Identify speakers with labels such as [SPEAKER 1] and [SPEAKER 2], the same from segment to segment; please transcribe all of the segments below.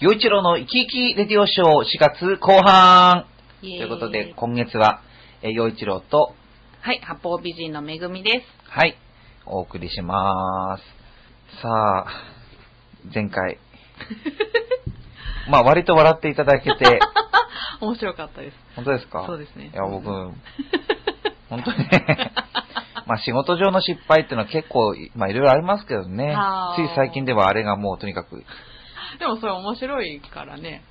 [SPEAKER 1] 陽一郎の生き生きレディオショー4月後半
[SPEAKER 2] と
[SPEAKER 1] ということで、今月は、えー、陽一郎と、
[SPEAKER 2] はい、八方美人のめぐみです。
[SPEAKER 1] はい、お送りします。さあ、前 回。まあ、割と笑っていただけ て、
[SPEAKER 2] 面白かったです。
[SPEAKER 1] 本当ですか
[SPEAKER 2] そうですね
[SPEAKER 1] いや、 僕、本当に ね、まあ仕事上の失敗っていうのは結構、まあいろいろありますけどね
[SPEAKER 2] あ。
[SPEAKER 1] つ
[SPEAKER 2] ー
[SPEAKER 1] い最近ではあれがもうとにかく、
[SPEAKER 2] でもそれ面白いからね。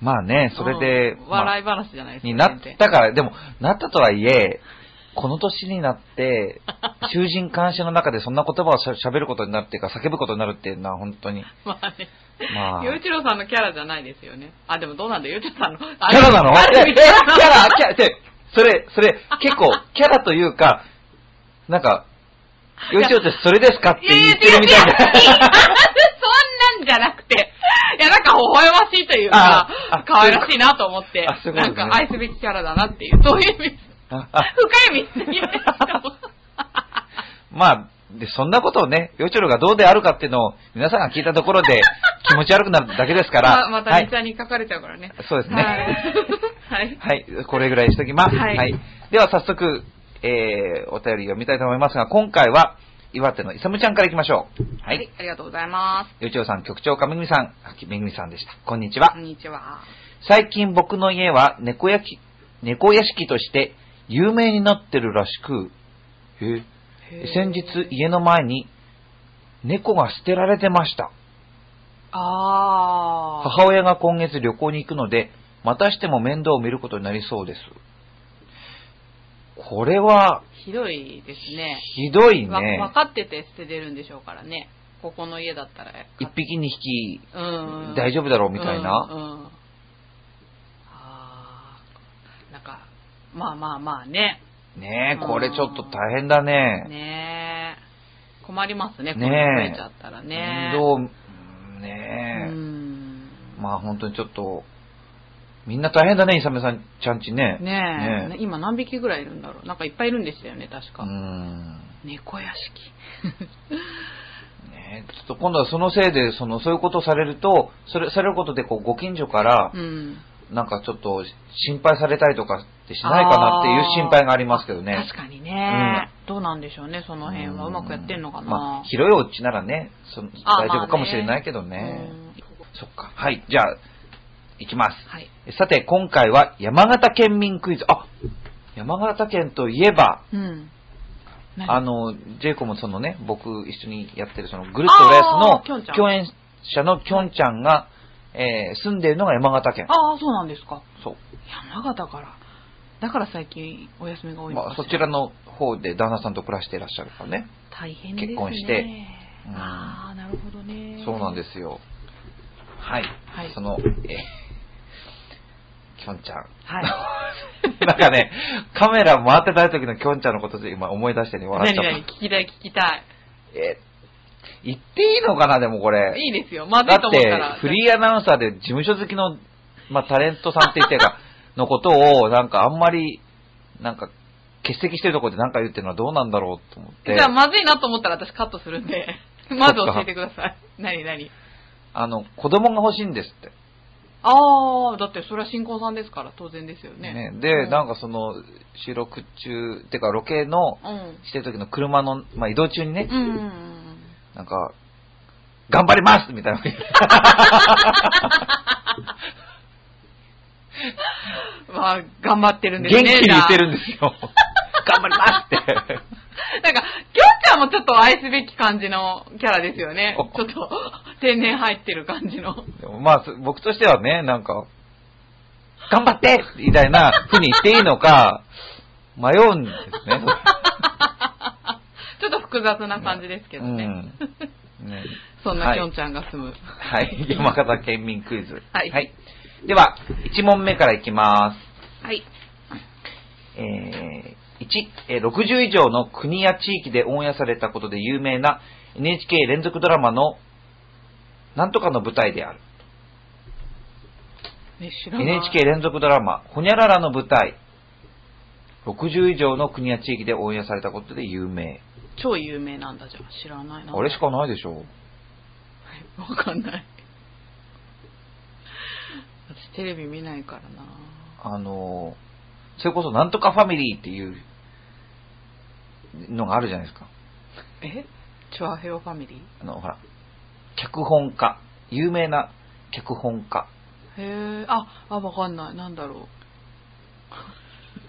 [SPEAKER 1] まあね、それで、
[SPEAKER 2] うん
[SPEAKER 1] まあ
[SPEAKER 2] 笑い話じゃないですか。
[SPEAKER 1] になっ
[SPEAKER 2] 全然
[SPEAKER 1] たから、でも、なったとはいえ、この年になって、囚人監視の中でそんな言葉をしゃ喋ることになるっていうか、叫ぶことになるっていうのは本当に、
[SPEAKER 2] まあね。
[SPEAKER 1] まあ。
[SPEAKER 2] 洋一郎さんのキャラじゃないですよね。あ、でもどうなんだ、洋一郎さんの。キャ
[SPEAKER 1] キャラなの
[SPEAKER 2] あ
[SPEAKER 1] ええ
[SPEAKER 2] る
[SPEAKER 1] キ
[SPEAKER 2] 意味
[SPEAKER 1] ャラキャラって、それ、それ、結構、キャラというか、なんか、よいちょってそれですかって
[SPEAKER 2] い
[SPEAKER 1] 言
[SPEAKER 2] やいや、違う違う
[SPEAKER 1] っ、てるみたいな。
[SPEAKER 2] 違うそんなんじゃなくて、いや、なんか微笑ましいというか
[SPEAKER 1] ああ、
[SPEAKER 2] 可愛らしいなと思って
[SPEAKER 1] あそういう、こ
[SPEAKER 2] な
[SPEAKER 1] とね
[SPEAKER 2] んか愛すべきキャラだなっていう、そういう意味。
[SPEAKER 1] ああ
[SPEAKER 2] 深い意味に言ってたもん
[SPEAKER 1] まあ、で、そんなことをね、よいちょろがどうであるかっていうのを、皆さんが聞いたところで、気持ち悪くなるだけですから。
[SPEAKER 2] ままた
[SPEAKER 1] は
[SPEAKER 2] ネ
[SPEAKER 1] い
[SPEAKER 2] タに書かれちゃうからね。
[SPEAKER 1] そうですね
[SPEAKER 2] はい。はい
[SPEAKER 1] はい、これぐらいにしときます。は。
[SPEAKER 2] はいい
[SPEAKER 1] では早速、えー、お便り読みたいと思いますが、今回は、岩手のイサムちゃんからいきましょう。は
[SPEAKER 2] はいい。。ありがとうございま
[SPEAKER 1] よちろさん、局長かめぐみさん、あきめぐみさんでした。こんにち
[SPEAKER 2] す。
[SPEAKER 1] は
[SPEAKER 2] こ。んにちは。
[SPEAKER 1] 最近僕の家は猫屋敷、猫屋敷として有名になってるらしく、え先日家の前に猫が捨てられてました。
[SPEAKER 2] ああ。
[SPEAKER 1] 母親が今月旅行に行くので、またしても面倒を見ることになりそうです。これは、
[SPEAKER 2] ひどいですね。
[SPEAKER 1] ひどい
[SPEAKER 2] わ
[SPEAKER 1] ね。
[SPEAKER 2] 分かってて捨ててるんでしょうからね。ここの家だったら。
[SPEAKER 1] 一匹二匹、
[SPEAKER 2] うん。
[SPEAKER 1] 大丈夫だろうみたいな。
[SPEAKER 2] うんうんあーなんか、まあまあまあね。
[SPEAKER 1] ねえ、
[SPEAKER 2] うん
[SPEAKER 1] これちょっと大変だね。
[SPEAKER 2] ねえ。困ります
[SPEAKER 1] ねえ
[SPEAKER 2] ね、これ増えちゃったらね。
[SPEAKER 1] どう、うんねえ。
[SPEAKER 2] うん。
[SPEAKER 1] まあ本当にちょっと、みんな大変だね、イサメさん、ちゃんちね。
[SPEAKER 2] ねえ
[SPEAKER 1] ね
[SPEAKER 2] 今何匹ぐらいいるんだろう。なんかいっぱいいるんでしたよね、確か。
[SPEAKER 1] うん。
[SPEAKER 2] 猫屋 敷。
[SPEAKER 1] ねえちょっと今度はそのせいで、その、そういうことされると、それ、されることで、こう、ご近所から
[SPEAKER 2] う、ん。
[SPEAKER 1] なんかちょっと、心配されたりとかってしないかなっていう心配がありますけどね。
[SPEAKER 2] 確かにね、どうなんでしょうね、その辺は。うまくやってんのかな。
[SPEAKER 1] まあ、広いお家ならね、そ
[SPEAKER 2] あ
[SPEAKER 1] 大丈
[SPEAKER 2] まあ
[SPEAKER 1] 夫
[SPEAKER 2] ね
[SPEAKER 1] かもしれないけどね。そっか。はい、じゃあ、いきます
[SPEAKER 2] うん。はい。
[SPEAKER 1] さて、今回は山形県民クイズ。あ山形県といえば、
[SPEAKER 2] うん。
[SPEAKER 1] あの、
[SPEAKER 2] の、
[SPEAKER 1] ジェイコもそのね、僕一緒にやってるそのぐるっと浦
[SPEAKER 2] あーきょ
[SPEAKER 1] 安
[SPEAKER 2] んちゃ
[SPEAKER 1] の
[SPEAKER 2] ん
[SPEAKER 1] 共演者のきょんちゃんが、えー住んでいるのが山形県。
[SPEAKER 2] ああ、そうなんですか。
[SPEAKER 1] そう。
[SPEAKER 2] 山形から。だから最近お休みが多いのかし
[SPEAKER 1] まあ、
[SPEAKER 2] ら
[SPEAKER 1] そちらの方で旦那さんと暮らしていらっしゃるからね。
[SPEAKER 2] 大変ですね。
[SPEAKER 1] 結婚してうん
[SPEAKER 2] ああ、なるほどね。。
[SPEAKER 1] そうなんですすよ。はい。
[SPEAKER 2] はい
[SPEAKER 1] その、えーきょんちゃん。
[SPEAKER 2] はい。
[SPEAKER 1] なんかね、カメラ回ってない時のきょんちゃんのことで今思い出してね、笑っ
[SPEAKER 2] 何
[SPEAKER 1] ちゃ
[SPEAKER 2] 々
[SPEAKER 1] っ
[SPEAKER 2] 聞きたい聞きた
[SPEAKER 1] た。えー言っていいのかな、でもこれ。
[SPEAKER 2] い。いいですよ。まず
[SPEAKER 1] だ
[SPEAKER 2] い
[SPEAKER 1] っ
[SPEAKER 2] と思った
[SPEAKER 1] て
[SPEAKER 2] ら。、
[SPEAKER 1] フリーアナウンサーで事務所好きの、まあ、タレントさんって言ってか、のことを、なんかあんまり、なんか、欠席してるとこでなんか言ってるのはどうなんだろうと思って
[SPEAKER 2] じゃあ、、まずいなと思ったら私カットするんで。まず教えてください。何何
[SPEAKER 1] あの、子供が欲しいんですって。
[SPEAKER 2] ああ、だってそれは新婚さんですから当然ですよね。
[SPEAKER 1] ねで、
[SPEAKER 2] うん
[SPEAKER 1] なんかその、収録中、てかロケの、
[SPEAKER 2] うん。
[SPEAKER 1] してる時の車の、まあ、移動中にね、
[SPEAKER 2] うんうんうん。
[SPEAKER 1] なんか、頑張りますみたいな。
[SPEAKER 2] まあ、頑張ってるん
[SPEAKER 1] 元
[SPEAKER 2] で
[SPEAKER 1] 気
[SPEAKER 2] すね。
[SPEAKER 1] に言ってるん
[SPEAKER 2] で
[SPEAKER 1] ですよ。 頑張りますって。
[SPEAKER 2] なんか、きょんちゃんもちょっと愛すべき感じのキャラですよね。ちょっと、天然入ってる感じの。
[SPEAKER 1] でもまあ、す僕としてはね、なんか、頑張ってみたいなふうに言っていいのか、迷うんです ね。
[SPEAKER 2] ちょっと複雑な感じですけどね。
[SPEAKER 1] うんね
[SPEAKER 2] そんなきょんちゃんが住む。
[SPEAKER 1] はい。山形県民クイズ。
[SPEAKER 2] はい
[SPEAKER 1] では、1問目からいきま
[SPEAKER 2] はい。
[SPEAKER 1] す。えー、1、えー60以上の国や地域でオンエアされたことで有名な NHK 連続ドラマのなんとかの舞台である。
[SPEAKER 2] ね、知らない
[SPEAKER 1] NHK 連続ドラマ、ほにゃららの舞台。60以上の国や地域でオンエアされたことで有名。
[SPEAKER 2] 超有名なんだじゃん。知らないな。
[SPEAKER 1] あれしかないでしょ
[SPEAKER 2] わかんない。私テレビ見ないからな。
[SPEAKER 1] あの、それこそなんとかファミリーっていうのがあるじゃないですか。
[SPEAKER 2] えチョアヘオファミリ
[SPEAKER 1] あの、ほら、脚本家、有名な脚本家、
[SPEAKER 2] ーへえ、あ、あ、わかんない。なんだろ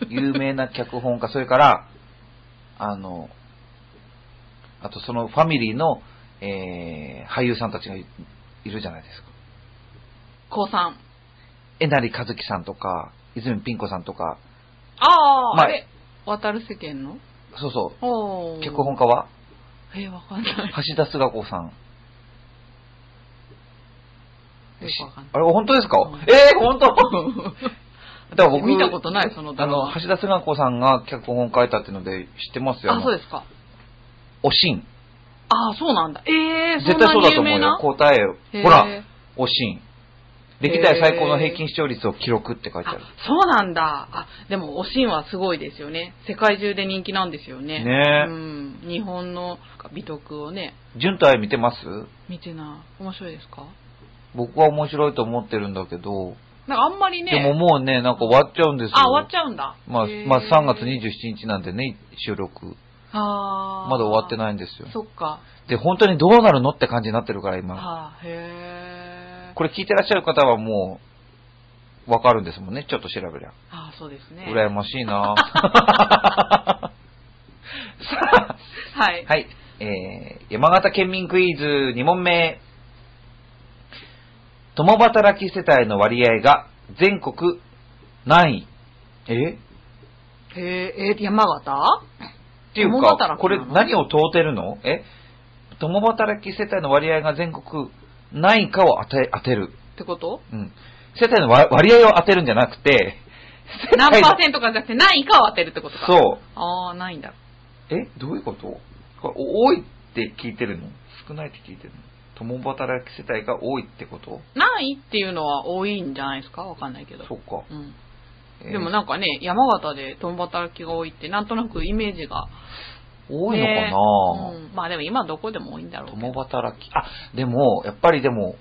[SPEAKER 1] 有名な脚本家、それから、あの、あとそのファミリーの、えー俳優さんたちがいいるじゃないですか。
[SPEAKER 2] う。高三。
[SPEAKER 1] えなりかずきさんとか、泉ピン子さんとか、
[SPEAKER 2] ああー、
[SPEAKER 1] まあ
[SPEAKER 2] あれ渡る世間の
[SPEAKER 1] そうそ
[SPEAKER 2] お
[SPEAKER 1] う、
[SPEAKER 2] ー
[SPEAKER 1] 脚本家は
[SPEAKER 2] え、わかんない。
[SPEAKER 1] 橋田須賀子さん。
[SPEAKER 2] よくわかんない
[SPEAKER 1] あれ、本当ですか
[SPEAKER 2] うん
[SPEAKER 1] えー、本 当だから僕
[SPEAKER 2] 見たことない、その
[SPEAKER 1] あ
[SPEAKER 2] ドラ
[SPEAKER 1] の
[SPEAKER 2] マ、
[SPEAKER 1] 橋田須賀子さんが脚本書いたっていうので知ってますよ。
[SPEAKER 2] あ、そう
[SPEAKER 1] です。
[SPEAKER 2] ですか。
[SPEAKER 1] おしん。
[SPEAKER 2] ああ、そうなんだ。ええー、
[SPEAKER 1] 絶対そうだと思うよ。
[SPEAKER 2] よ。
[SPEAKER 1] 答えを
[SPEAKER 2] へ。ー
[SPEAKER 1] ほら、おしん。歴代最高の平均視聴率を記録って書いてあ
[SPEAKER 2] あ
[SPEAKER 1] る。、
[SPEAKER 2] そうなんだ。あ、でも、おしんはすごいですよね。世界中で人気なんですよね。
[SPEAKER 1] ねえ
[SPEAKER 2] うん。日本の美徳をね、
[SPEAKER 1] 純と愛見てます
[SPEAKER 2] 見てない。面白いですか
[SPEAKER 1] 僕は面白いと思ってるんだけど、
[SPEAKER 2] なんかあんまりね、
[SPEAKER 1] でももうね、なんか終わっちゃうんですよ。
[SPEAKER 2] あ、終わっちゃうんだ。
[SPEAKER 1] まあ、
[SPEAKER 2] へー
[SPEAKER 1] まあ3月27日なんでね、収録。
[SPEAKER 2] あー
[SPEAKER 1] まだ終わってないんですよ。
[SPEAKER 2] そっか。
[SPEAKER 1] で、本当にどうなるのって感じになってるから、今。
[SPEAKER 2] あーへー
[SPEAKER 1] これ聞いてらっしゃる方はもう、わかるんですもんね。ちょっと調べりゃ。
[SPEAKER 2] あーそうですね。
[SPEAKER 1] 羨ましい な さあ、
[SPEAKER 2] はい。
[SPEAKER 1] はい。えー、山形県民クイズ2問目。共働き世帯の割合が全国何位え
[SPEAKER 2] へえ、えー、山形
[SPEAKER 1] っていう
[SPEAKER 2] 共働きな
[SPEAKER 1] か、
[SPEAKER 2] の
[SPEAKER 1] これ何を問うてるのえ共働き世帯の割合が全国何位かを当て当てる。
[SPEAKER 2] ってこと
[SPEAKER 1] うん。世帯の割割合を当てるんじゃなくて、
[SPEAKER 2] 何
[SPEAKER 1] 世帯の
[SPEAKER 2] パーセントかじゃなくて何位かを当てるってことか。う。
[SPEAKER 1] そう。
[SPEAKER 2] ああ、ないんだ。
[SPEAKER 1] えどういうことこれお多いって聞いてるの少ないって聞いてるの共働き世帯が多いってこと
[SPEAKER 2] 何位っていうのは多いんじゃないですかわかんないけど。
[SPEAKER 1] そっか。
[SPEAKER 2] うん。
[SPEAKER 1] えー
[SPEAKER 2] でもなんかね、山形で共働きが多いってなんとなくイメージが。
[SPEAKER 1] 多いのか
[SPEAKER 2] ね
[SPEAKER 1] な、
[SPEAKER 2] うん、まあでも今どこでも多いんだろうけど。
[SPEAKER 1] 共働き。あ、でも、やっぱりでも、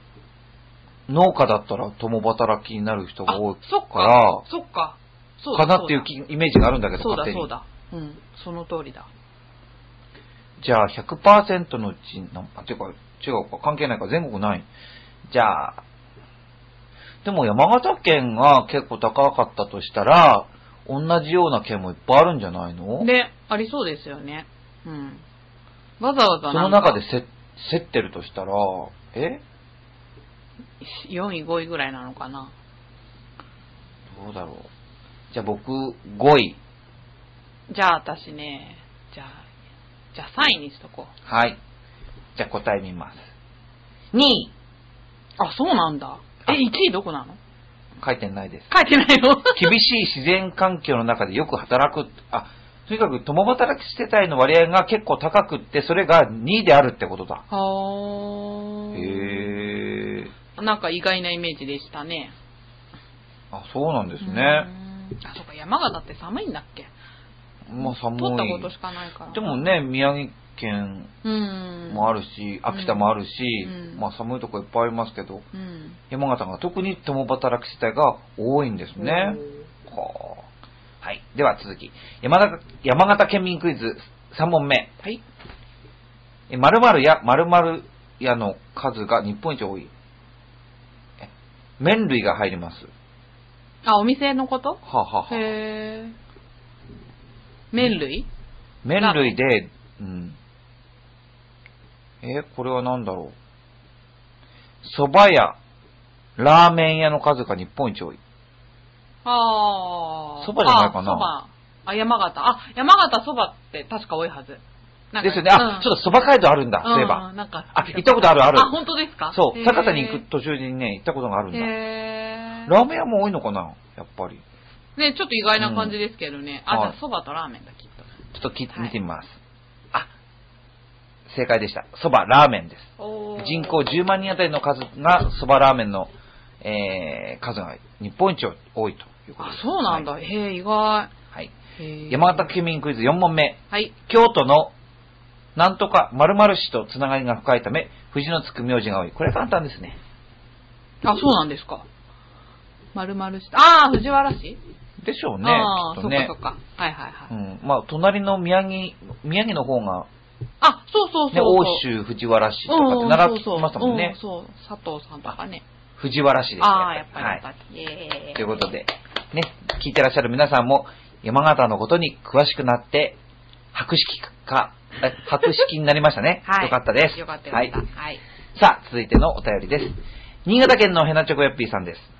[SPEAKER 1] 農家だったら共働きになる人が多い
[SPEAKER 2] あ、そっ
[SPEAKER 1] か、、
[SPEAKER 2] からそっか。そう
[SPEAKER 1] か
[SPEAKER 2] だ
[SPEAKER 1] なっていうきイメージがあるんだけど、
[SPEAKER 2] そうだ
[SPEAKER 1] 勝手に
[SPEAKER 2] そうだ。うん、その通りだ。
[SPEAKER 1] じゃあ100%のうちの、あ、ていうか、違うか、関係ないから全国ない。じゃあ、でも山形県が結構高かったとしたら、同じような県もいっぱいあるんじゃないの
[SPEAKER 2] で、ありそうですよね。うん。わざわざ
[SPEAKER 1] そ
[SPEAKER 2] な
[SPEAKER 1] の
[SPEAKER 2] ん
[SPEAKER 1] 中
[SPEAKER 2] か
[SPEAKER 1] でせ競ってるとしたら、え
[SPEAKER 2] 4位、5位ぐらいなのかな。
[SPEAKER 1] どうだろう。じゃあ僕、5位。
[SPEAKER 2] じゃあ私ね、じゃあ、じゃあ3位にしとこう。
[SPEAKER 1] はい。じゃあ答え見ます。2位
[SPEAKER 2] あ、そうなんだ。
[SPEAKER 1] あ
[SPEAKER 2] え、1位どこなの
[SPEAKER 1] 書いてないです。
[SPEAKER 2] 書いてないの
[SPEAKER 1] 厳しい自然環境の中でよく働く、あ、とにかく共働き世帯の割合が結構高くって、それが2位であるってことだ。
[SPEAKER 2] はー。
[SPEAKER 1] へえ。
[SPEAKER 2] なんか意外なイメージでしたね。
[SPEAKER 1] あ、そうなんですね。
[SPEAKER 2] うーん。あ、そうか、山形って寒いんだっけ
[SPEAKER 1] まあ寒い。
[SPEAKER 2] 取ったことしかないから。
[SPEAKER 1] でも、ね、宮城県
[SPEAKER 2] うん。
[SPEAKER 1] もあ
[SPEAKER 2] る。
[SPEAKER 1] るし、秋田もあるし、
[SPEAKER 2] うん
[SPEAKER 1] まあ寒いとこいっぱいありますけど、
[SPEAKER 2] うん。
[SPEAKER 1] 山形が特に共働き世帯が多いんですね。はあはい。では続き。山形山形県民クイズ3問目。
[SPEAKER 2] はい。
[SPEAKER 1] え〇〇や〇〇やの数が日本一多い。え麺類が入ります。
[SPEAKER 2] あ、お店のこと
[SPEAKER 1] はあ、はあはあ、
[SPEAKER 2] へー。麺類
[SPEAKER 1] 麺類で、うん。えーこれは何だろう。蕎麦屋、ラーメン屋の数が日本一多い。
[SPEAKER 2] ああ。
[SPEAKER 1] そばじゃないかな
[SPEAKER 2] あ、そば。あ、山形。あ、山形そばって確か多いはず。なんか
[SPEAKER 1] ですよね。あ、ちょ
[SPEAKER 2] っ
[SPEAKER 1] っと蕎麦街道あるんだ、そういえば。
[SPEAKER 2] なんか。
[SPEAKER 1] あ行ったことあるある
[SPEAKER 2] あ、本当ですか
[SPEAKER 1] そう、高田に行く途中にね、行ったことがあるん
[SPEAKER 2] へ
[SPEAKER 1] だ。
[SPEAKER 2] え。
[SPEAKER 1] ラーメン屋も多いのかなやっぱり。
[SPEAKER 2] ね、ちょっと意外な感じですけどね。あ、じ
[SPEAKER 1] はい
[SPEAKER 2] ゃあそばとラーメンだ、きっ
[SPEAKER 1] ちょっとき、
[SPEAKER 2] はい
[SPEAKER 1] 見てみます。あ、正解でした。蕎麦、ラーメンです。
[SPEAKER 2] と。おー
[SPEAKER 1] 人口10万人あたりの数がそばラーメンの、えー数が日本一多いということ
[SPEAKER 2] あ
[SPEAKER 1] です、
[SPEAKER 2] そうなんだ。
[SPEAKER 1] はい
[SPEAKER 2] へえ、意外。
[SPEAKER 1] はい
[SPEAKER 2] へー
[SPEAKER 1] 山形県民クイズ4問目
[SPEAKER 2] はい。
[SPEAKER 1] 京都のなんとか〇〇市とつながりが深いため藤のつく名字が多いこれは簡単ですね
[SPEAKER 2] あ、そうなんですか。丸々した。ああ、藤原市
[SPEAKER 1] でしょうね、
[SPEAKER 2] あ
[SPEAKER 1] き
[SPEAKER 2] あ、
[SPEAKER 1] っ
[SPEAKER 2] そ
[SPEAKER 1] と
[SPEAKER 2] っか
[SPEAKER 1] ね
[SPEAKER 2] そっ。か。はいはいはい。
[SPEAKER 1] うん、まあ、隣の宮城、宮城の方が、
[SPEAKER 2] あ、そうそうそうそう。
[SPEAKER 1] ね、欧州藤原市とかって習ってましたもんね。
[SPEAKER 2] うんうんそうそうそう。佐藤さんとかね。
[SPEAKER 1] 藤原市ですね。
[SPEAKER 2] ああ、やっぱり
[SPEAKER 1] は
[SPEAKER 2] やっ
[SPEAKER 1] い
[SPEAKER 2] ぱ。り。イエーイ。
[SPEAKER 1] ということ。で、ね、聞いてらっしゃる皆さんも、山形のことに詳しくなって、白式か、え白式になりましたね
[SPEAKER 2] はい。
[SPEAKER 1] よかったです。
[SPEAKER 2] よかったよ
[SPEAKER 1] は
[SPEAKER 2] かっ
[SPEAKER 1] い
[SPEAKER 2] た。。はい。
[SPEAKER 1] さあ、続いてのお便りです。新潟県のヘナチョコヨッピーさんです。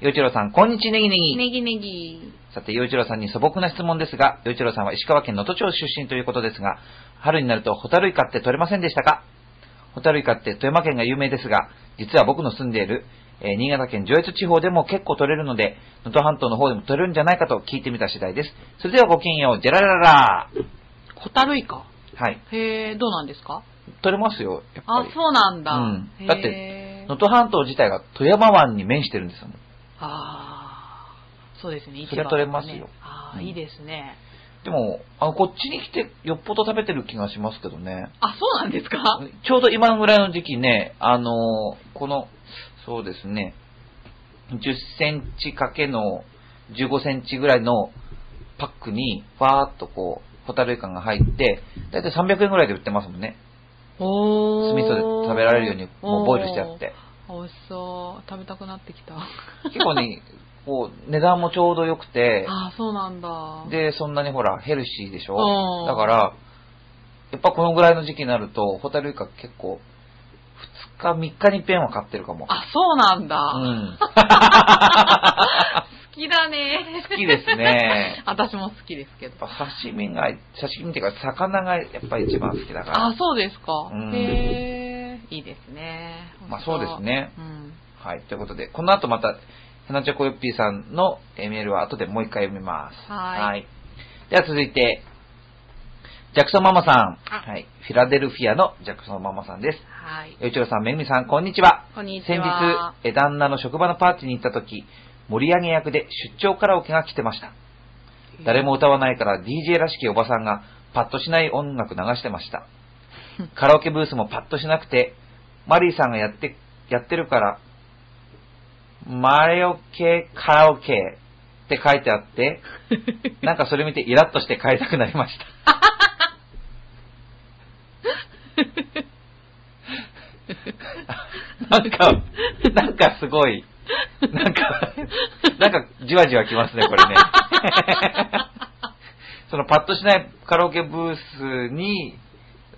[SPEAKER 1] 洋一郎さん、こんにちネギネギ。
[SPEAKER 2] ネギネギ。
[SPEAKER 1] さて、洋一郎さんに素朴な質問ですが、洋一郎さんは石川県能登町出身ということですが、春になるとホタルイカって取れませんでしたかホタルイカって富山県が有名ですが、実は僕の住んでいる、えー新潟県上越地方でも結構取れるので、能登半島の方でも取れるんじゃないかと聞いてみた次第です。それではごきげんよう、ジェラララ
[SPEAKER 2] ホタルイカ。
[SPEAKER 1] はい。
[SPEAKER 2] へえ、どうなんですか
[SPEAKER 1] 取れますよ、やっぱ
[SPEAKER 2] あ
[SPEAKER 1] り、。
[SPEAKER 2] そうなんだ。
[SPEAKER 1] うん
[SPEAKER 2] へー
[SPEAKER 1] だって能登半島自体が富山湾に面してるんですもん。
[SPEAKER 2] ああ、そうですね。
[SPEAKER 1] それは
[SPEAKER 2] 市場とか
[SPEAKER 1] 取れ
[SPEAKER 2] ね
[SPEAKER 1] ますよ
[SPEAKER 2] ああ、
[SPEAKER 1] うん
[SPEAKER 2] いいですね。
[SPEAKER 1] でも、あの、こっちに来てよっぽど食べてる気がしますけどね。
[SPEAKER 2] あ、そうなんですか
[SPEAKER 1] ちょうど今ぐらいの時期ね、あのーこの、そうですね、10センチかけの15センチぐらいのパックに、ファーっとこう、ホタルイカが入って、だいたい300円ぐらいで売ってますもんね。
[SPEAKER 2] お
[SPEAKER 1] 酢味噌で食べられるように、もうボイルしてあっ
[SPEAKER 2] お
[SPEAKER 1] て。
[SPEAKER 2] ー。美味しそう。食べたくなってきた。
[SPEAKER 1] 結構ね、 こう、値段もちょうど良くて、
[SPEAKER 2] ああ、そうなんだ。
[SPEAKER 1] で、そんなにほら、ヘルシーでし
[SPEAKER 2] う
[SPEAKER 1] ょ
[SPEAKER 2] ん
[SPEAKER 1] だから、やっぱこのぐらいの時期になると、ホタルイカ結構、2日、3日に一遍は買ってるかも。
[SPEAKER 2] あ、そうなんだ。
[SPEAKER 1] うん。
[SPEAKER 2] 好きだね。
[SPEAKER 1] 好きですね。
[SPEAKER 2] 私も好きですけど。
[SPEAKER 1] やっぱ刺身が、刺身っていうか、魚がやっぱ一番好きだから。
[SPEAKER 2] あ、そうですか。
[SPEAKER 1] うん
[SPEAKER 2] へえ、いいですね。
[SPEAKER 1] まあそうですね。
[SPEAKER 2] うん。
[SPEAKER 1] はい。ということで、この後また、ヘナチョコヨッピーさんのえーメールは後でもう一回読みます。
[SPEAKER 2] はーい
[SPEAKER 1] では続いて、ジャクソンママさん。
[SPEAKER 2] あ
[SPEAKER 1] はい。フィラデルフィアのジャクソンママさんです。
[SPEAKER 2] はい。
[SPEAKER 1] よいちろさん、めぐみさん、こんにちは。
[SPEAKER 2] こんにち
[SPEAKER 1] 先
[SPEAKER 2] は。
[SPEAKER 1] 日、え旦那の職場のパーティーに行った時、盛り上げ役で出張カラオケが来てました。誰も歌わないから DJ らしきおばさんがパッとしない音楽流してました。カラオケブースもパッとしなくて、マリーさんがやって、やってるから、マリオケカラオケって書いてあって、なんかそれ見てイラッとして帰りたくなりました。なんか、なんかすごい、なんか、なんかじわじわきますね、こ れね。そのパッとしないカラオケブースに、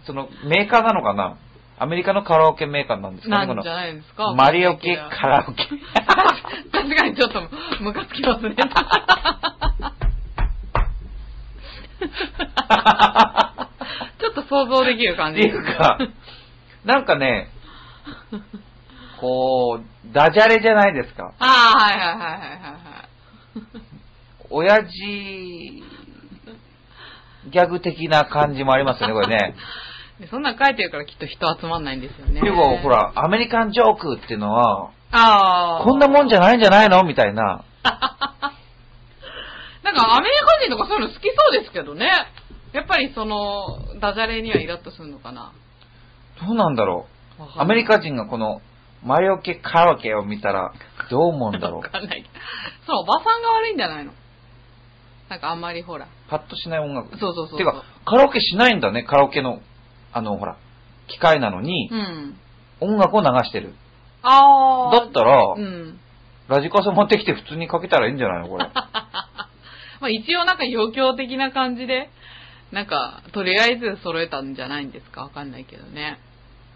[SPEAKER 1] そのメーカーなのかなアメリカのカラオケメーカーなんですかね、
[SPEAKER 2] なんじゃないです
[SPEAKER 1] この
[SPEAKER 2] か。
[SPEAKER 1] マリオケカラオケ。
[SPEAKER 2] 確かにちょっとムカつきますね。 ちょっと想像できる感じですね
[SPEAKER 1] っていうかなんかね、こう、ダジャレじゃないですか。
[SPEAKER 2] ああ、はいはいはいはいはいはい。
[SPEAKER 1] 親父ギャグ的な感じもありますよね、これね。
[SPEAKER 2] でそんなん書いてるからきっと人集まんないんですよ ね。
[SPEAKER 1] 結構、ほ。ら、アメリカンジョークっていうのは、
[SPEAKER 2] ああ。
[SPEAKER 1] こんなもんじゃないんじゃないのみたいな。
[SPEAKER 2] なんかアメリカ人とかそういうの好きそうですけどね。やっぱりその、ダジャレにはイラッとするのかな。
[SPEAKER 1] どうなんだろ
[SPEAKER 2] わ
[SPEAKER 1] う。ア
[SPEAKER 2] かんな
[SPEAKER 1] メ
[SPEAKER 2] い
[SPEAKER 1] リカ人がこの、マリオケカラオケを見たら、どう思うんだろ
[SPEAKER 2] わ
[SPEAKER 1] う。
[SPEAKER 2] かんない。そう、おばさんが悪いんじゃないのなんかあんまりほら。
[SPEAKER 1] パッとしない音楽。
[SPEAKER 2] そうそうそうそう。
[SPEAKER 1] てか、カラオケしないんだね、カラオケの、あの、ほら、機械なのに
[SPEAKER 2] う、ん。
[SPEAKER 1] 音楽を流してる。
[SPEAKER 2] ああ。
[SPEAKER 1] だったら
[SPEAKER 2] う、ん。
[SPEAKER 1] ラジカセ持ってきて普通にかけたらいいんじゃないのこ れ。
[SPEAKER 2] まあ一応なんか余興的な感じで、なんか、とりあえず揃えたんじゃないんですかわかんないけどね。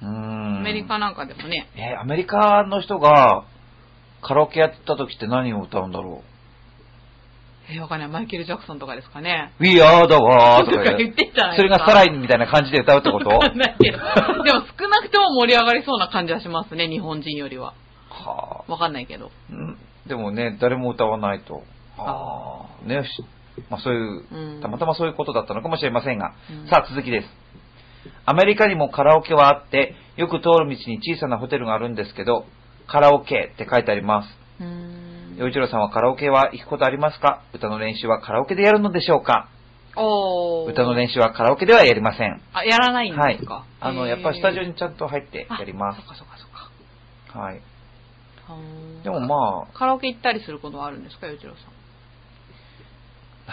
[SPEAKER 1] うーん。
[SPEAKER 2] アメリカなんかでもね。
[SPEAKER 1] えーアメリカの人がカラオケやってた時って何を歌うんだろ
[SPEAKER 2] えー、わかんない。マイケル・ジャクソンとかですかね。
[SPEAKER 1] う ?We are the world!
[SPEAKER 2] とか言ってんじゃない
[SPEAKER 1] それ
[SPEAKER 2] です
[SPEAKER 1] が
[SPEAKER 2] か
[SPEAKER 1] サライみたいな感じで歌うってこと
[SPEAKER 2] わかん ないけど。でも少なくとも盛り上がりそうな感じはしますね、日本人よりは。
[SPEAKER 1] は
[SPEAKER 2] わかんないけど。
[SPEAKER 1] あんでもね、誰も歌わないと。はあ。ね、しまあそういうう、
[SPEAKER 2] ん
[SPEAKER 1] たまたまそういうことだったのかもしれませんが。
[SPEAKER 2] うん
[SPEAKER 1] さあ続きです。アメリカにもカラオケはあって、よく通る道に小さなホテルがあるんですけど、カラオケって書いてあります。
[SPEAKER 2] うーん。
[SPEAKER 1] 洋一郎さんはカラオケは行くことありますか歌の練習はカラオケでやるのでしょうか
[SPEAKER 2] おー
[SPEAKER 1] 歌の練習はカラオケではやりません。
[SPEAKER 2] あ、やらないん
[SPEAKER 1] はい
[SPEAKER 2] ですか、。
[SPEAKER 1] あの、
[SPEAKER 2] へー
[SPEAKER 1] やっぱりスタジオにちゃんと入って
[SPEAKER 2] あ
[SPEAKER 1] やりま
[SPEAKER 2] そっかそっかそっか。
[SPEAKER 1] す。はい。でもま
[SPEAKER 2] あ。カラオケ行ったりすることはあるんですか、洋一郎さん。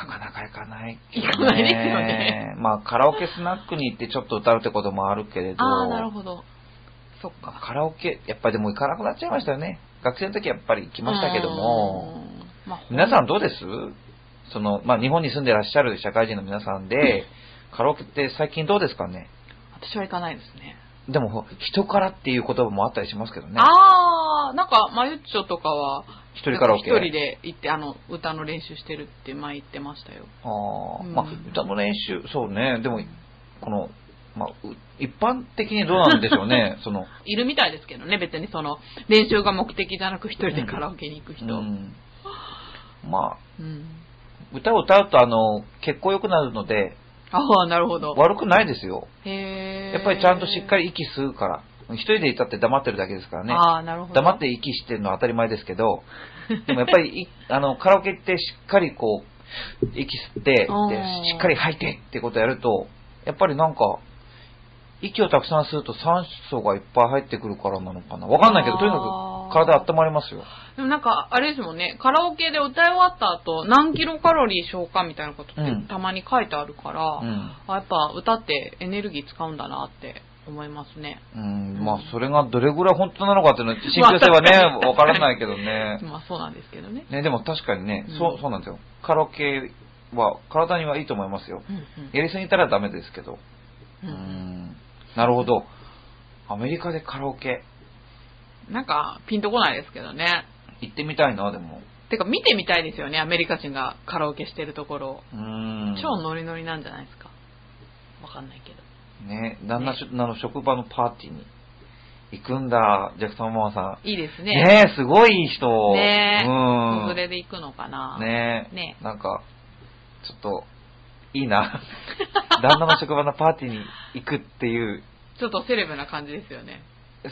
[SPEAKER 1] なかなか行かない、
[SPEAKER 2] 行かないですよね。
[SPEAKER 1] まあ、カラオケスナックに行ってちょっと歌うってこともあるけれど、
[SPEAKER 2] ああ、なるほど。そっ
[SPEAKER 1] まあ
[SPEAKER 2] か。
[SPEAKER 1] カラオケ、やっぱりでも行かなくなっちゃいましたよね。学生の時やっぱり行きましたけども、
[SPEAKER 2] うん。まあ、
[SPEAKER 1] 皆さ
[SPEAKER 2] ん、
[SPEAKER 1] んどうですその、まあ、日本に住んでらっしゃる社会人の皆さんで、カラオケって最近どうですかね
[SPEAKER 2] 私は行かないですね。
[SPEAKER 1] でも、ほ人からっていう言葉もあったりしますけどね。
[SPEAKER 2] ああ、なんか、マユッチョとかは、
[SPEAKER 1] 一人カラオケ。
[SPEAKER 2] 一人で行って、あの、歌の練習してるって前言ってましたよ。
[SPEAKER 1] ああ、
[SPEAKER 2] うん
[SPEAKER 1] まあ、歌の練習、そうね、でも、この、まあ、う一般的にどうなんでしょう ね、その、
[SPEAKER 2] いるみたいですけどね、別にその、練習が目的じゃなく一人でカラオケに行く
[SPEAKER 1] う
[SPEAKER 2] 人。うん。
[SPEAKER 1] ん、まあ、歌を歌うと、あの、血行良くなるので、
[SPEAKER 2] ああ、なるほど。
[SPEAKER 1] 悪くないですよ。
[SPEAKER 2] へえ。
[SPEAKER 1] やっぱりちゃんとしっか
[SPEAKER 2] り
[SPEAKER 1] り息吸うから、一人でいたって黙ってるだけですからね。
[SPEAKER 2] ああ、なるほど。
[SPEAKER 1] 黙って息してるのは当たり前ですけど、でもやっぱりい、 あの、カラオケってしっかりこう、息吸って、で
[SPEAKER 2] うん
[SPEAKER 1] しっかり吐いてってことやると、やっぱりなんか、息をたくさん吸うと酸素がいっぱい入ってくるからなのかな。わかんないけど、
[SPEAKER 2] あー
[SPEAKER 1] とにかく体温まりますよ。
[SPEAKER 2] でもなんか、あれですもんね、カラオケで歌い終わった後、何キロカロリー消化みたいなことっ
[SPEAKER 1] うん
[SPEAKER 2] てたまに書いてあるから、
[SPEAKER 1] うん。
[SPEAKER 2] あやっぱ歌ってエネルギー使うんだなって思いますね。
[SPEAKER 1] うん、まあ、それがどれぐらい本当なのかっていうのは、信憑性は
[SPEAKER 2] まあ確か
[SPEAKER 1] ね、
[SPEAKER 2] に
[SPEAKER 1] わからないけどね。
[SPEAKER 2] まあそうなんですけどね。
[SPEAKER 1] ね、でも確かにね、
[SPEAKER 2] うん
[SPEAKER 1] そう、そうなんですよ。カラオケは、体にはいいと思いますよ。
[SPEAKER 2] うん
[SPEAKER 1] やりすぎたらダメですけど。う
[SPEAKER 2] う
[SPEAKER 1] ん
[SPEAKER 2] うん
[SPEAKER 1] ん。なるほど。アメリカでカラオケ。
[SPEAKER 2] なんか、ピンとこないですけどね。
[SPEAKER 1] 行ってみたいな、でも。
[SPEAKER 2] てか見てみたいですよね、アメリカ人がカラオケしてるところを。
[SPEAKER 1] うーん。
[SPEAKER 2] 超ノリノリなんじゃないですか。わかんないけど。
[SPEAKER 1] ね、旦那しあの職場のパーティーに行くんだ、ジャクソンママさ
[SPEAKER 2] いいです
[SPEAKER 1] ん。
[SPEAKER 2] ね。
[SPEAKER 1] ねえ、すごい人。
[SPEAKER 2] ねえ。
[SPEAKER 1] う
[SPEAKER 2] 子
[SPEAKER 1] ん。
[SPEAKER 2] 連れで行くのかな。
[SPEAKER 1] ねえ。
[SPEAKER 2] ね
[SPEAKER 1] なんか、ちょっと、いいな。 旦那の職場のパーティーに行くっていう、
[SPEAKER 2] ちょっとセレブな感じですよね。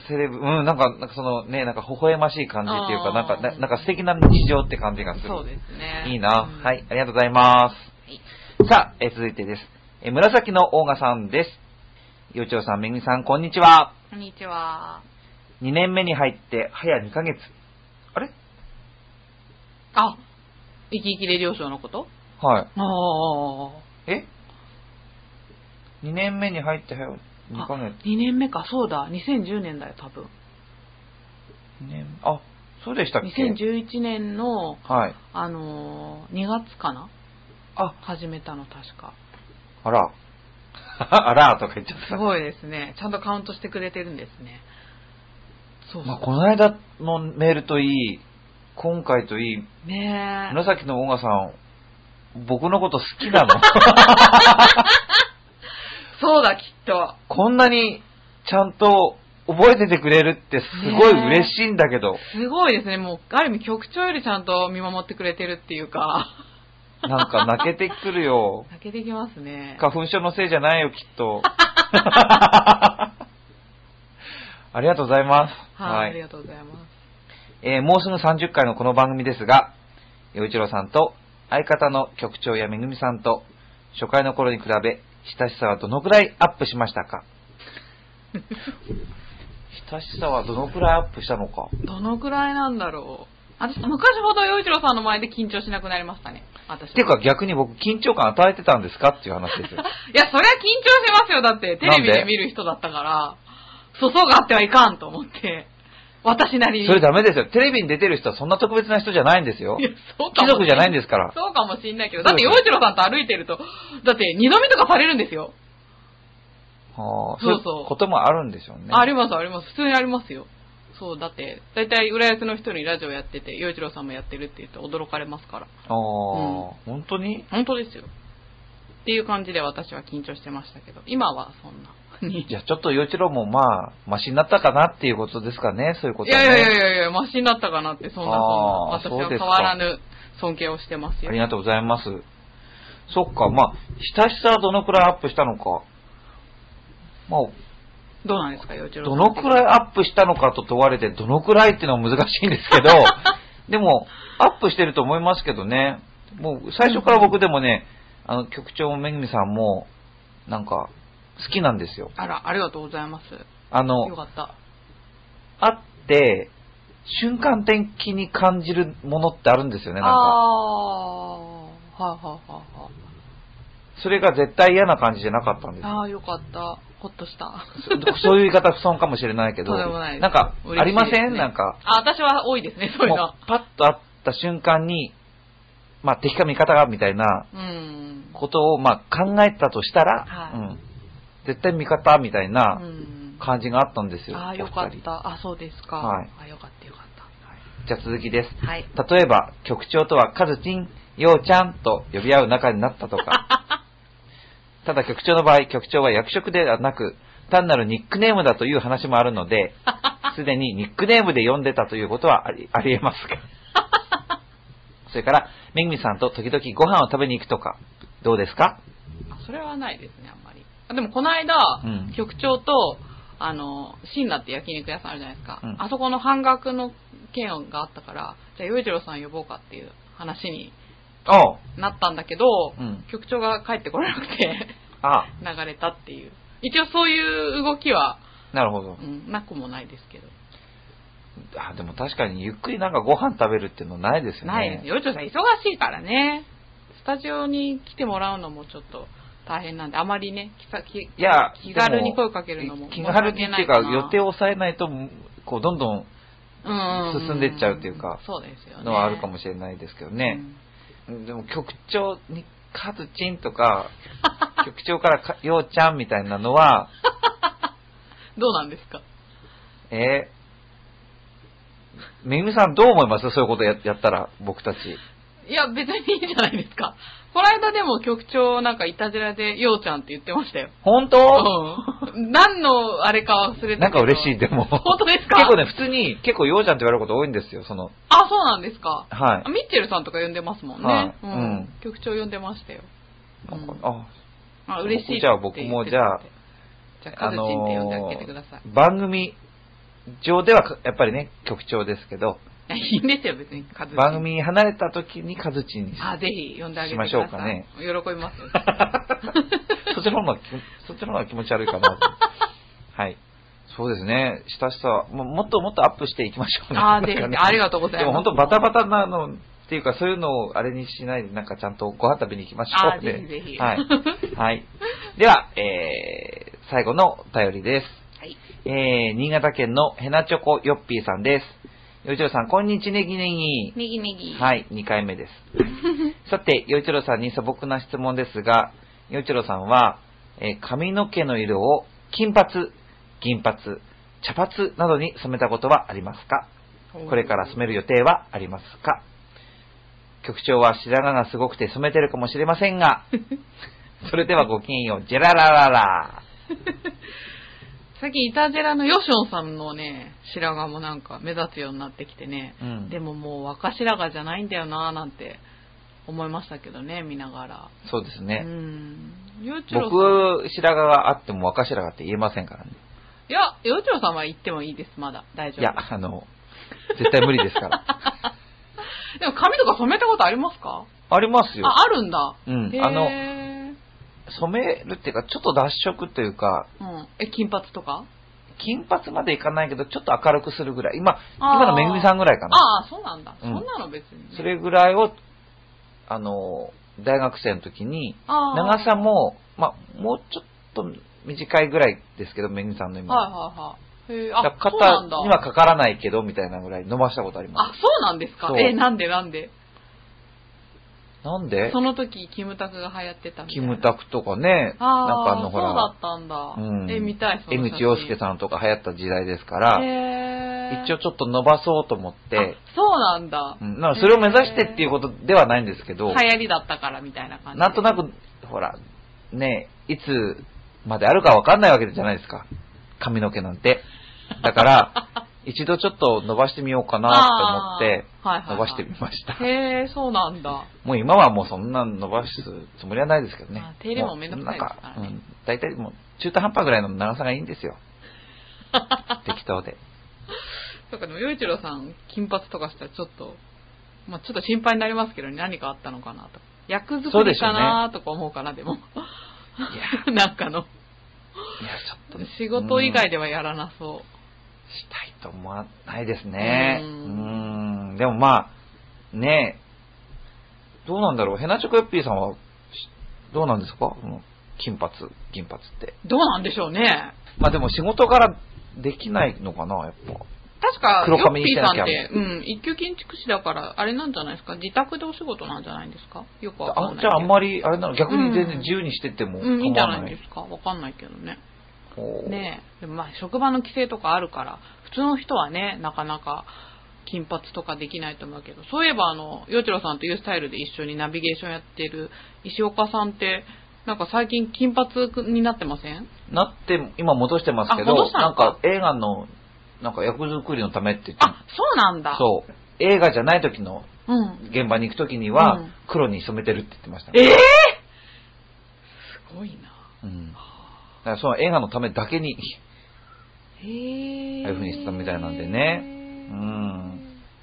[SPEAKER 1] セレブ、うん、なんか、なんかそのね、なんか微笑ましい感じっていう
[SPEAKER 2] あ
[SPEAKER 1] か、
[SPEAKER 2] ー
[SPEAKER 1] なんか、ななんか素敵な日常って感じがする。
[SPEAKER 2] そうですね。
[SPEAKER 1] いいな、
[SPEAKER 2] うん
[SPEAKER 1] はい、ありがとうございます。さあ、えー続いてです。えー紫のオーガさんです。よちおさん、めぐみさん、こんにちは。
[SPEAKER 2] こんにちは。
[SPEAKER 1] 2年目に入って、早2ヶ月。あれ
[SPEAKER 2] あ、生き生きレディオショーのこと
[SPEAKER 1] はい。
[SPEAKER 2] ああ。
[SPEAKER 1] え ?2 年目に入って早2ヶ月。
[SPEAKER 2] 2年目か、そうだ。2010年だよ、多分。
[SPEAKER 1] 二年あ、そうでしたっけ
[SPEAKER 2] 2011年の、
[SPEAKER 1] はい。
[SPEAKER 2] あのー、2月かな
[SPEAKER 1] あ、
[SPEAKER 2] 始めたの、確か。
[SPEAKER 1] あら。 あらとか言っちゃった。
[SPEAKER 2] すごいですね。ちゃんとカウントしてくれてるんですね。そう
[SPEAKER 1] まあ、
[SPEAKER 2] そ
[SPEAKER 1] この間のメールといい、今回といい、
[SPEAKER 2] う。ねえ。
[SPEAKER 1] 紫のオーガさん、僕のこと好きなの
[SPEAKER 2] そうだ、きっと。
[SPEAKER 1] こんなにちゃんと覚えててくれるってすごい嬉しいんだけど、
[SPEAKER 2] すごいですね。もう、ある意味局長よりちゃんと見守ってくれてるっていう か。
[SPEAKER 1] なんか泣けてくる よ。
[SPEAKER 2] 泣けてきますね。
[SPEAKER 1] 花粉症のせいじゃないよ、きっ と。ありがとうございます。
[SPEAKER 2] はい、ありがとうございます。
[SPEAKER 1] えーもうすぐ30回のこの番組ですが、洋一郎さんと相方の局長やめぐみさんと初回の頃に比べ、親しさはどのくらいアップしました か親しさはどのくらいアップしたのか
[SPEAKER 2] どのくらいなんだろう。私、昔ほど洋一郎さんの前で緊張しなくなりましたね。私。
[SPEAKER 1] っていうか、逆に僕緊張感与えてたんですかっていう話 ですよ。
[SPEAKER 2] いや、そりゃ緊張しますよ。だって、テレビ
[SPEAKER 1] なんで
[SPEAKER 2] で見る人だったから、そそがあってはいかんと思って、私なりに。
[SPEAKER 1] それダメですよ。テレビに出てる人はそんな特別な人じゃないんですよ
[SPEAKER 2] い。やそうか
[SPEAKER 1] 貴
[SPEAKER 2] も
[SPEAKER 1] 族
[SPEAKER 2] し
[SPEAKER 1] じ
[SPEAKER 2] れ
[SPEAKER 1] ゃないん
[SPEAKER 2] で
[SPEAKER 1] ですから。
[SPEAKER 2] そうかもしんないけど、
[SPEAKER 1] そ
[SPEAKER 2] だ
[SPEAKER 1] う
[SPEAKER 2] っ
[SPEAKER 1] です
[SPEAKER 2] て
[SPEAKER 1] よ
[SPEAKER 2] 洋一郎さんと歩いてると、だって二度見とかされるんですよ。
[SPEAKER 1] はあ
[SPEAKER 2] そうそう
[SPEAKER 1] そういうこともあるんでしょうね。
[SPEAKER 2] ああります、あります。普通にありますよ。そう、だって、だいたい浦安の人にラジオやってて、洋一郎さんもやってるって言って驚かれますから。
[SPEAKER 1] あー本当に
[SPEAKER 2] 本当ですよ。っていう感じで私は緊張してましたけど、今はそんな。い
[SPEAKER 1] じゃあちょっと洋一郎もまあ、マシになったかなっていうことですかね、そういうことは
[SPEAKER 2] や
[SPEAKER 1] ね。
[SPEAKER 2] いやいやいやいや、マシになったかなって、そんな
[SPEAKER 1] あー
[SPEAKER 2] そ
[SPEAKER 1] そ
[SPEAKER 2] んな。
[SPEAKER 1] う
[SPEAKER 2] 私
[SPEAKER 1] です
[SPEAKER 2] は
[SPEAKER 1] か
[SPEAKER 2] 変わらぬ尊敬をしてます
[SPEAKER 1] あ
[SPEAKER 2] よ
[SPEAKER 1] り。がとうございます。そっか、まあ、親しさはどのくらいアップしたのか。まあ、
[SPEAKER 2] どうなんですか、よちろ
[SPEAKER 1] どのくらいアップしたのかと問われて、どのくらいっていうのは難しいんですけど、 でも、アップしてると思いますけどね。もう、最初から僕でもね、あの、局長もめぐみさんも、なんか、好きなんですよ。
[SPEAKER 2] あら、ありがとうございます。
[SPEAKER 1] あ
[SPEAKER 2] よ
[SPEAKER 1] の、
[SPEAKER 2] かった。
[SPEAKER 1] 会って、瞬間的に感じるものってあるんですよね、
[SPEAKER 2] あ
[SPEAKER 1] なんか。
[SPEAKER 2] あー、はいはいはいはい。
[SPEAKER 1] それが絶対嫌な感じじゃなかったんです
[SPEAKER 2] ああ、よかった。ほっとした。
[SPEAKER 1] そそういう言い方不損かもしれないけど、
[SPEAKER 2] とんでもないです
[SPEAKER 1] んか、
[SPEAKER 2] 嬉しいですね
[SPEAKER 1] ありませんなんか、
[SPEAKER 2] あ、私は多いですね、そういう
[SPEAKER 1] もう
[SPEAKER 2] の。
[SPEAKER 1] パッと会った瞬間に、まあ敵か味方がみたいな
[SPEAKER 2] うん。
[SPEAKER 1] ことをまあ考えたとしたら、
[SPEAKER 2] はい。
[SPEAKER 1] うん、絶対味方みたいうなん感じがあったんですよ。
[SPEAKER 2] ああ、
[SPEAKER 1] お
[SPEAKER 2] よ
[SPEAKER 1] 二人
[SPEAKER 2] かった。あ、そうですか。
[SPEAKER 1] はい
[SPEAKER 2] あ、よかったよかっ
[SPEAKER 1] じゃあ続きです。
[SPEAKER 2] た。はい。
[SPEAKER 1] 例えば、局長とはカズチン、ようちゃんと呼び合う仲になったとか。ただ局長の場合、局長は役職ではなく、単なるニックネームだという話もあるので、すでにニックネームで呼んでたということはありありえますかそれから、めぐみさんと時々ご飯を食べに行くとか、どうですか
[SPEAKER 2] あそれはないですね、あんまり。あでも、この間、
[SPEAKER 1] うん
[SPEAKER 2] 局長と、あの、シンナって焼肉屋さんあるじゃないですか。
[SPEAKER 1] うん
[SPEAKER 2] あそこの半額の券があったから、じゃあ、洋一郎さん呼ぼうかっていう話に
[SPEAKER 1] おう。
[SPEAKER 2] なったんだけど、
[SPEAKER 1] うん
[SPEAKER 2] 局長が帰ってこれなくて、
[SPEAKER 1] あ
[SPEAKER 2] 流れたっていう。一応そういう動きは、
[SPEAKER 1] なるほど
[SPEAKER 2] う。ん、なくもないですけど。
[SPEAKER 1] あでも確かにゆっくりなんかご飯食べるっていうのないですよね。
[SPEAKER 2] ないですね。よいちょさん忙しいからね。スタジオに来てもらうのもちょっと大変なんで、あまりね、気さ気
[SPEAKER 1] いや、
[SPEAKER 2] 気軽に声かけるのも
[SPEAKER 1] 気軽にっていうか、
[SPEAKER 2] 申し訳ないな
[SPEAKER 1] 予定を抑えないと、こう、どんどん
[SPEAKER 2] うん
[SPEAKER 1] 進んでっちゃうっていうか
[SPEAKER 2] そうですよね。
[SPEAKER 1] のはあるかも
[SPEAKER 2] し
[SPEAKER 1] しれないですけどね。でも、局長に、カズチンと か、局長からか、ようちゃんみたいなのは、
[SPEAKER 2] どうなんですか
[SPEAKER 1] えー、めぐみさんどう思いますそういうことややったら、僕たち。
[SPEAKER 2] いや、別にいいじゃないですか。この間でも局長なんかいたずらで、ようちゃんって言ってましたよ。
[SPEAKER 1] 本当
[SPEAKER 2] うん。何のあれか忘れたけど。
[SPEAKER 1] なんか嬉しい、でも。
[SPEAKER 2] 本当ですか
[SPEAKER 1] 結構ね、普通に、結構ようちゃんって言われること多いんですよ、その、
[SPEAKER 2] あ、そうなんですか。
[SPEAKER 1] はい
[SPEAKER 2] あ。ミッチェルさんとか呼んでますもんね。
[SPEAKER 1] はい
[SPEAKER 2] うん
[SPEAKER 1] うん
[SPEAKER 2] 局長呼んでましたよ。
[SPEAKER 1] なんか
[SPEAKER 2] うん
[SPEAKER 1] あ、
[SPEAKER 2] あ、嬉しいって言ってたんで。
[SPEAKER 1] じゃあ僕もじゃあ
[SPEAKER 2] じゃあ、カズチンって呼んであげてください。
[SPEAKER 1] あのー番組上ではかやっぱりね、局長ですけど、
[SPEAKER 2] いやいいんですよ、別に、カズチン。
[SPEAKER 1] 番組離れた時にカズチンにし
[SPEAKER 2] あ、ぜひ呼んであげてください。
[SPEAKER 1] しましょうかね。
[SPEAKER 2] 喜びますよ。
[SPEAKER 1] そっちの方が気、そっちの方が気持ち悪いか な。はい。そうですね。親しさは、ももっともっとアップしていきましょうね。
[SPEAKER 2] あー
[SPEAKER 1] なんかね
[SPEAKER 2] ぜひありがとうござ
[SPEAKER 1] で
[SPEAKER 2] います
[SPEAKER 1] も本当バタバタなの、っていうかそういうのをあれにしないで、なんかちゃんとご飯食べに行きましょ
[SPEAKER 2] あ
[SPEAKER 1] う
[SPEAKER 2] ー
[SPEAKER 1] ね。
[SPEAKER 2] ぜひぜひ
[SPEAKER 1] はい。 はい。では、えー、最後のお便りです。
[SPEAKER 2] はい。
[SPEAKER 1] えー、新潟県のヘナチョコヨッピーさんです。よいちろさん、こんにちはネギネギ。
[SPEAKER 2] ネギネギ。
[SPEAKER 1] はい、2回 目です。さて、洋一郎さんに素朴な質問ですが、洋一郎さんは、えー髪の毛の色を金髪、銀髪、茶髪などに染めたことはありますかこれから染める予定はありますか局長は白髪がすごくて染めてるかもしれません が、それではごきげんよう、ジェララララ。
[SPEAKER 2] 最近、イタジェラのヨションさんのね、白髪もなんか目立つようになってきてね、
[SPEAKER 1] うん
[SPEAKER 2] でももう若白髪じゃないんだよなぁなんて思いましたけどね、見ながら。
[SPEAKER 1] そうです
[SPEAKER 2] う
[SPEAKER 1] ね。
[SPEAKER 2] ん。ヨイチロさん
[SPEAKER 1] 僕、白髪があっても若白髪って言えませんからね。
[SPEAKER 2] いや、洋一郎さんは行ってもいいです、まだ。大丈夫。
[SPEAKER 1] いや、あの、絶対無理ですから。
[SPEAKER 2] でも髪とか染めたことありますか
[SPEAKER 1] ありますよ。
[SPEAKER 2] あ、あるんだ。
[SPEAKER 1] うん
[SPEAKER 2] へー
[SPEAKER 1] あの染めるっていうか、ちょっと脱色というか、
[SPEAKER 2] うん。え、金髪とか
[SPEAKER 1] 金髪までいかないけど、ちょっと明るくするぐらい。今、
[SPEAKER 2] あー
[SPEAKER 1] 今のめぐみさんぐらいかな。
[SPEAKER 2] ああ、そうなんだ。
[SPEAKER 1] うん
[SPEAKER 2] そんなの別にね、
[SPEAKER 1] それぐらいを、あの、大学生の時に、
[SPEAKER 2] あー
[SPEAKER 1] 長さも、まあ、もうちょっと短いぐらいですけど、めぐみさんの今。
[SPEAKER 2] はいはいはい。へえ、
[SPEAKER 1] だ
[SPEAKER 2] あ、
[SPEAKER 1] か
[SPEAKER 2] そう
[SPEAKER 1] ら
[SPEAKER 2] なんだ。
[SPEAKER 1] 肩にはかからないけど、みたいなぐらい伸ばしたことありま
[SPEAKER 2] あ、そうなんですか
[SPEAKER 1] そう。
[SPEAKER 2] え、なんでなんです
[SPEAKER 1] なんで
[SPEAKER 2] その時、キムタクが流行ってたみたい
[SPEAKER 1] キ
[SPEAKER 2] な。
[SPEAKER 1] ムタクとかね、
[SPEAKER 2] ああ、
[SPEAKER 1] なんかあの、ほ
[SPEAKER 2] そうだ
[SPEAKER 1] ら
[SPEAKER 2] っ、たんだ。
[SPEAKER 1] うん
[SPEAKER 2] え、見たい、そ
[SPEAKER 1] 江
[SPEAKER 2] の
[SPEAKER 1] 口洋介
[SPEAKER 2] ん
[SPEAKER 1] さんとか流行った時代ですから、
[SPEAKER 2] へえ。
[SPEAKER 1] 一応ちょっと伸ばそうと思って、
[SPEAKER 2] あそうなんだ。
[SPEAKER 1] うん、なのでそれを目指してっていうことではないんですけど、
[SPEAKER 2] 流行りだったからみたいな感じ。
[SPEAKER 1] なんとな。く、ほら、ねいつまであるかわかんないわけじゃないですか。髪の毛なんて。だから、 一度ちょっと伸ばしてみようかなと思って、
[SPEAKER 2] あーはいはいはい
[SPEAKER 1] 伸ばしてみました。
[SPEAKER 2] へえ、そうなんだ。
[SPEAKER 1] もう今はもうそんな伸ばすつもりはないですけどね
[SPEAKER 2] あ。手入れもめんどくさいですからね
[SPEAKER 1] もうなんか、うん、大体もう中途半端ぐらいの長さがいいん ですよ。適当で。
[SPEAKER 2] そうか、でも、洋一郎さん、金髪とかしたらちょっと、まあちょっと心配になりますけどね、何かあったのかなと。役
[SPEAKER 1] そう
[SPEAKER 2] 作
[SPEAKER 1] でし
[SPEAKER 2] り
[SPEAKER 1] ょうね
[SPEAKER 2] かなとか思うかな、でも。 なんかの、
[SPEAKER 1] いや、ちょっとね
[SPEAKER 2] 仕事以外ではやらなそ
[SPEAKER 1] い
[SPEAKER 2] う。
[SPEAKER 1] と思わないですね。う
[SPEAKER 2] う
[SPEAKER 1] ー
[SPEAKER 2] ー
[SPEAKER 1] ん。でもまあ、ねえ、どうなんだろう。ヘナチョコヨッピーさんは、しどうなんですかこの金髪、銀髪って。
[SPEAKER 2] どうなんでしょうね。
[SPEAKER 1] まあでも仕事柄できないのかな、やっぱ。
[SPEAKER 2] 確か、ヨ
[SPEAKER 1] 黒
[SPEAKER 2] ッ
[SPEAKER 1] 髪にし
[SPEAKER 2] ピー
[SPEAKER 1] て
[SPEAKER 2] さ
[SPEAKER 1] なんきゃ
[SPEAKER 2] って、うん、一級建築士だから、あれなんじゃないですか自宅でお仕事なんじゃないですかよくわか
[SPEAKER 1] あ
[SPEAKER 2] んないけ
[SPEAKER 1] じ
[SPEAKER 2] ど。
[SPEAKER 1] ゃああんまり、あれなの、逆に全然自由にしてっても構
[SPEAKER 2] うん、いいんじゃ
[SPEAKER 1] わ
[SPEAKER 2] な
[SPEAKER 1] ないい
[SPEAKER 2] で。すかわかんないけどね。
[SPEAKER 1] おー
[SPEAKER 2] ねえ。でもまあ、職場の規制とかあるから、普通の人はね、なかなか金髪とかできないと思うけど、そういえばあの、よちろさんとユースタイルで一緒にナビゲーションやってる石岡さんって、なんか最近金髪になってません
[SPEAKER 1] なって、今戻してますけ
[SPEAKER 2] あ
[SPEAKER 1] ど、
[SPEAKER 2] 戻した
[SPEAKER 1] なん
[SPEAKER 2] のか
[SPEAKER 1] か映画の、なんか役作りのためって言って、
[SPEAKER 2] あ、そうなんだ。
[SPEAKER 1] そう。映画じゃない時の
[SPEAKER 2] う。うん。
[SPEAKER 1] 現場に行く時には、
[SPEAKER 2] うん
[SPEAKER 1] 黒に染めてるって言ってました。
[SPEAKER 2] ええすごいな。
[SPEAKER 1] うん。だからその映画のためだけに、
[SPEAKER 2] へえ。
[SPEAKER 1] ああいう風にしてたみたいなんでねうん。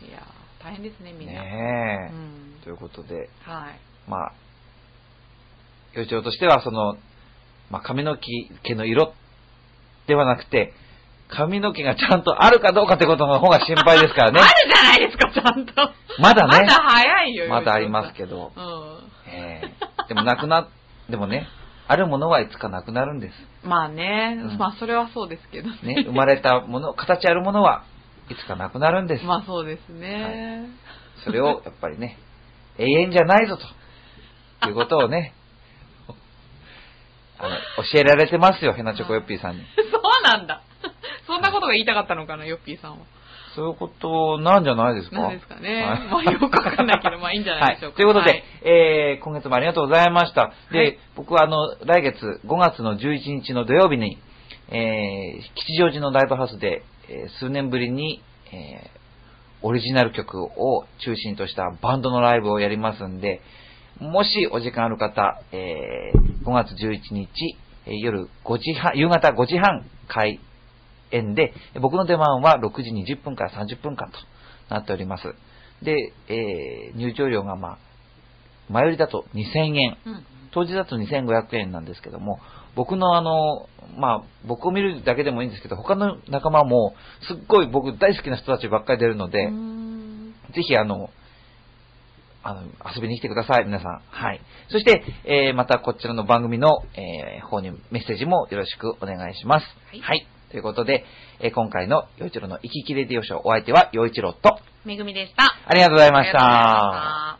[SPEAKER 2] いやー、大変ですね、みんな。う
[SPEAKER 1] ねえ、
[SPEAKER 2] ん。
[SPEAKER 1] ということで、
[SPEAKER 2] はい。
[SPEAKER 1] まあ、予兆としては、その、まあ、髪の毛の色ではなくて、髪の毛がちゃんとあるかどうかってことの方が心配ですからね
[SPEAKER 2] あ。るじゃないですか、ちゃんと。
[SPEAKER 1] まだね
[SPEAKER 2] まだ早いよ、
[SPEAKER 1] まだありますけど。
[SPEAKER 2] ど。うん。
[SPEAKER 1] ええでもなくな、でもね、あるものはいつかなくなるんです。
[SPEAKER 2] まあね、
[SPEAKER 1] うん
[SPEAKER 2] まあそれはそうですけどね。
[SPEAKER 1] ね、生まれたもの、形あるものはいつかなくなるんです。
[SPEAKER 2] まあそうですね。
[SPEAKER 1] それをやっぱりね、永遠じゃないぞということをね、あの教えられてますよ、ヘナチョコヨッピーさんに。
[SPEAKER 2] そうなんだ。そんなことが言いたかったのかな、ヨッピーさんは。
[SPEAKER 1] そういうことなんじゃないですか。
[SPEAKER 2] なんですかね。
[SPEAKER 1] はい
[SPEAKER 2] まあよくわかんないけど、まあいいんじゃないでしょ
[SPEAKER 1] は
[SPEAKER 2] う
[SPEAKER 1] い、
[SPEAKER 2] か。
[SPEAKER 1] ということで、
[SPEAKER 2] はい
[SPEAKER 1] えー今月もありがとうございました。で、
[SPEAKER 2] はい
[SPEAKER 1] 僕はあの、来月5月の11日の土曜日に、えー吉祥寺のライブハウスで、えー数年ぶりに、えーオリジナル曲を中心としたバンドのライブをやりますんで、もしお時間ある方、えー5月11日、えー夜5時半、夕方5時半開演で、僕の出番は6時20分から30分間となっております。で、えー入場料が、まあ、前売りだと2000円、
[SPEAKER 2] うん
[SPEAKER 1] 当日だと2500円なんですけども、僕のあの、まあ、僕を見るだけでもいいんですけど、他の仲間も、すっごい僕大好きな人たちばっかり出るので、
[SPEAKER 2] うーん
[SPEAKER 1] ぜひあの、あの、遊びに来てください、皆さん。はい。そして、えーまたこちらの番組の、えー方にメッセージもよろしくお願いします。は。
[SPEAKER 2] はいい
[SPEAKER 1] ということで、えー今回の洋一郎の行き来レディオショー、お相手は洋一郎と、
[SPEAKER 2] めぐみでした。
[SPEAKER 1] ありがとうございまし
[SPEAKER 2] ありがとうござい
[SPEAKER 1] た
[SPEAKER 2] ま。した。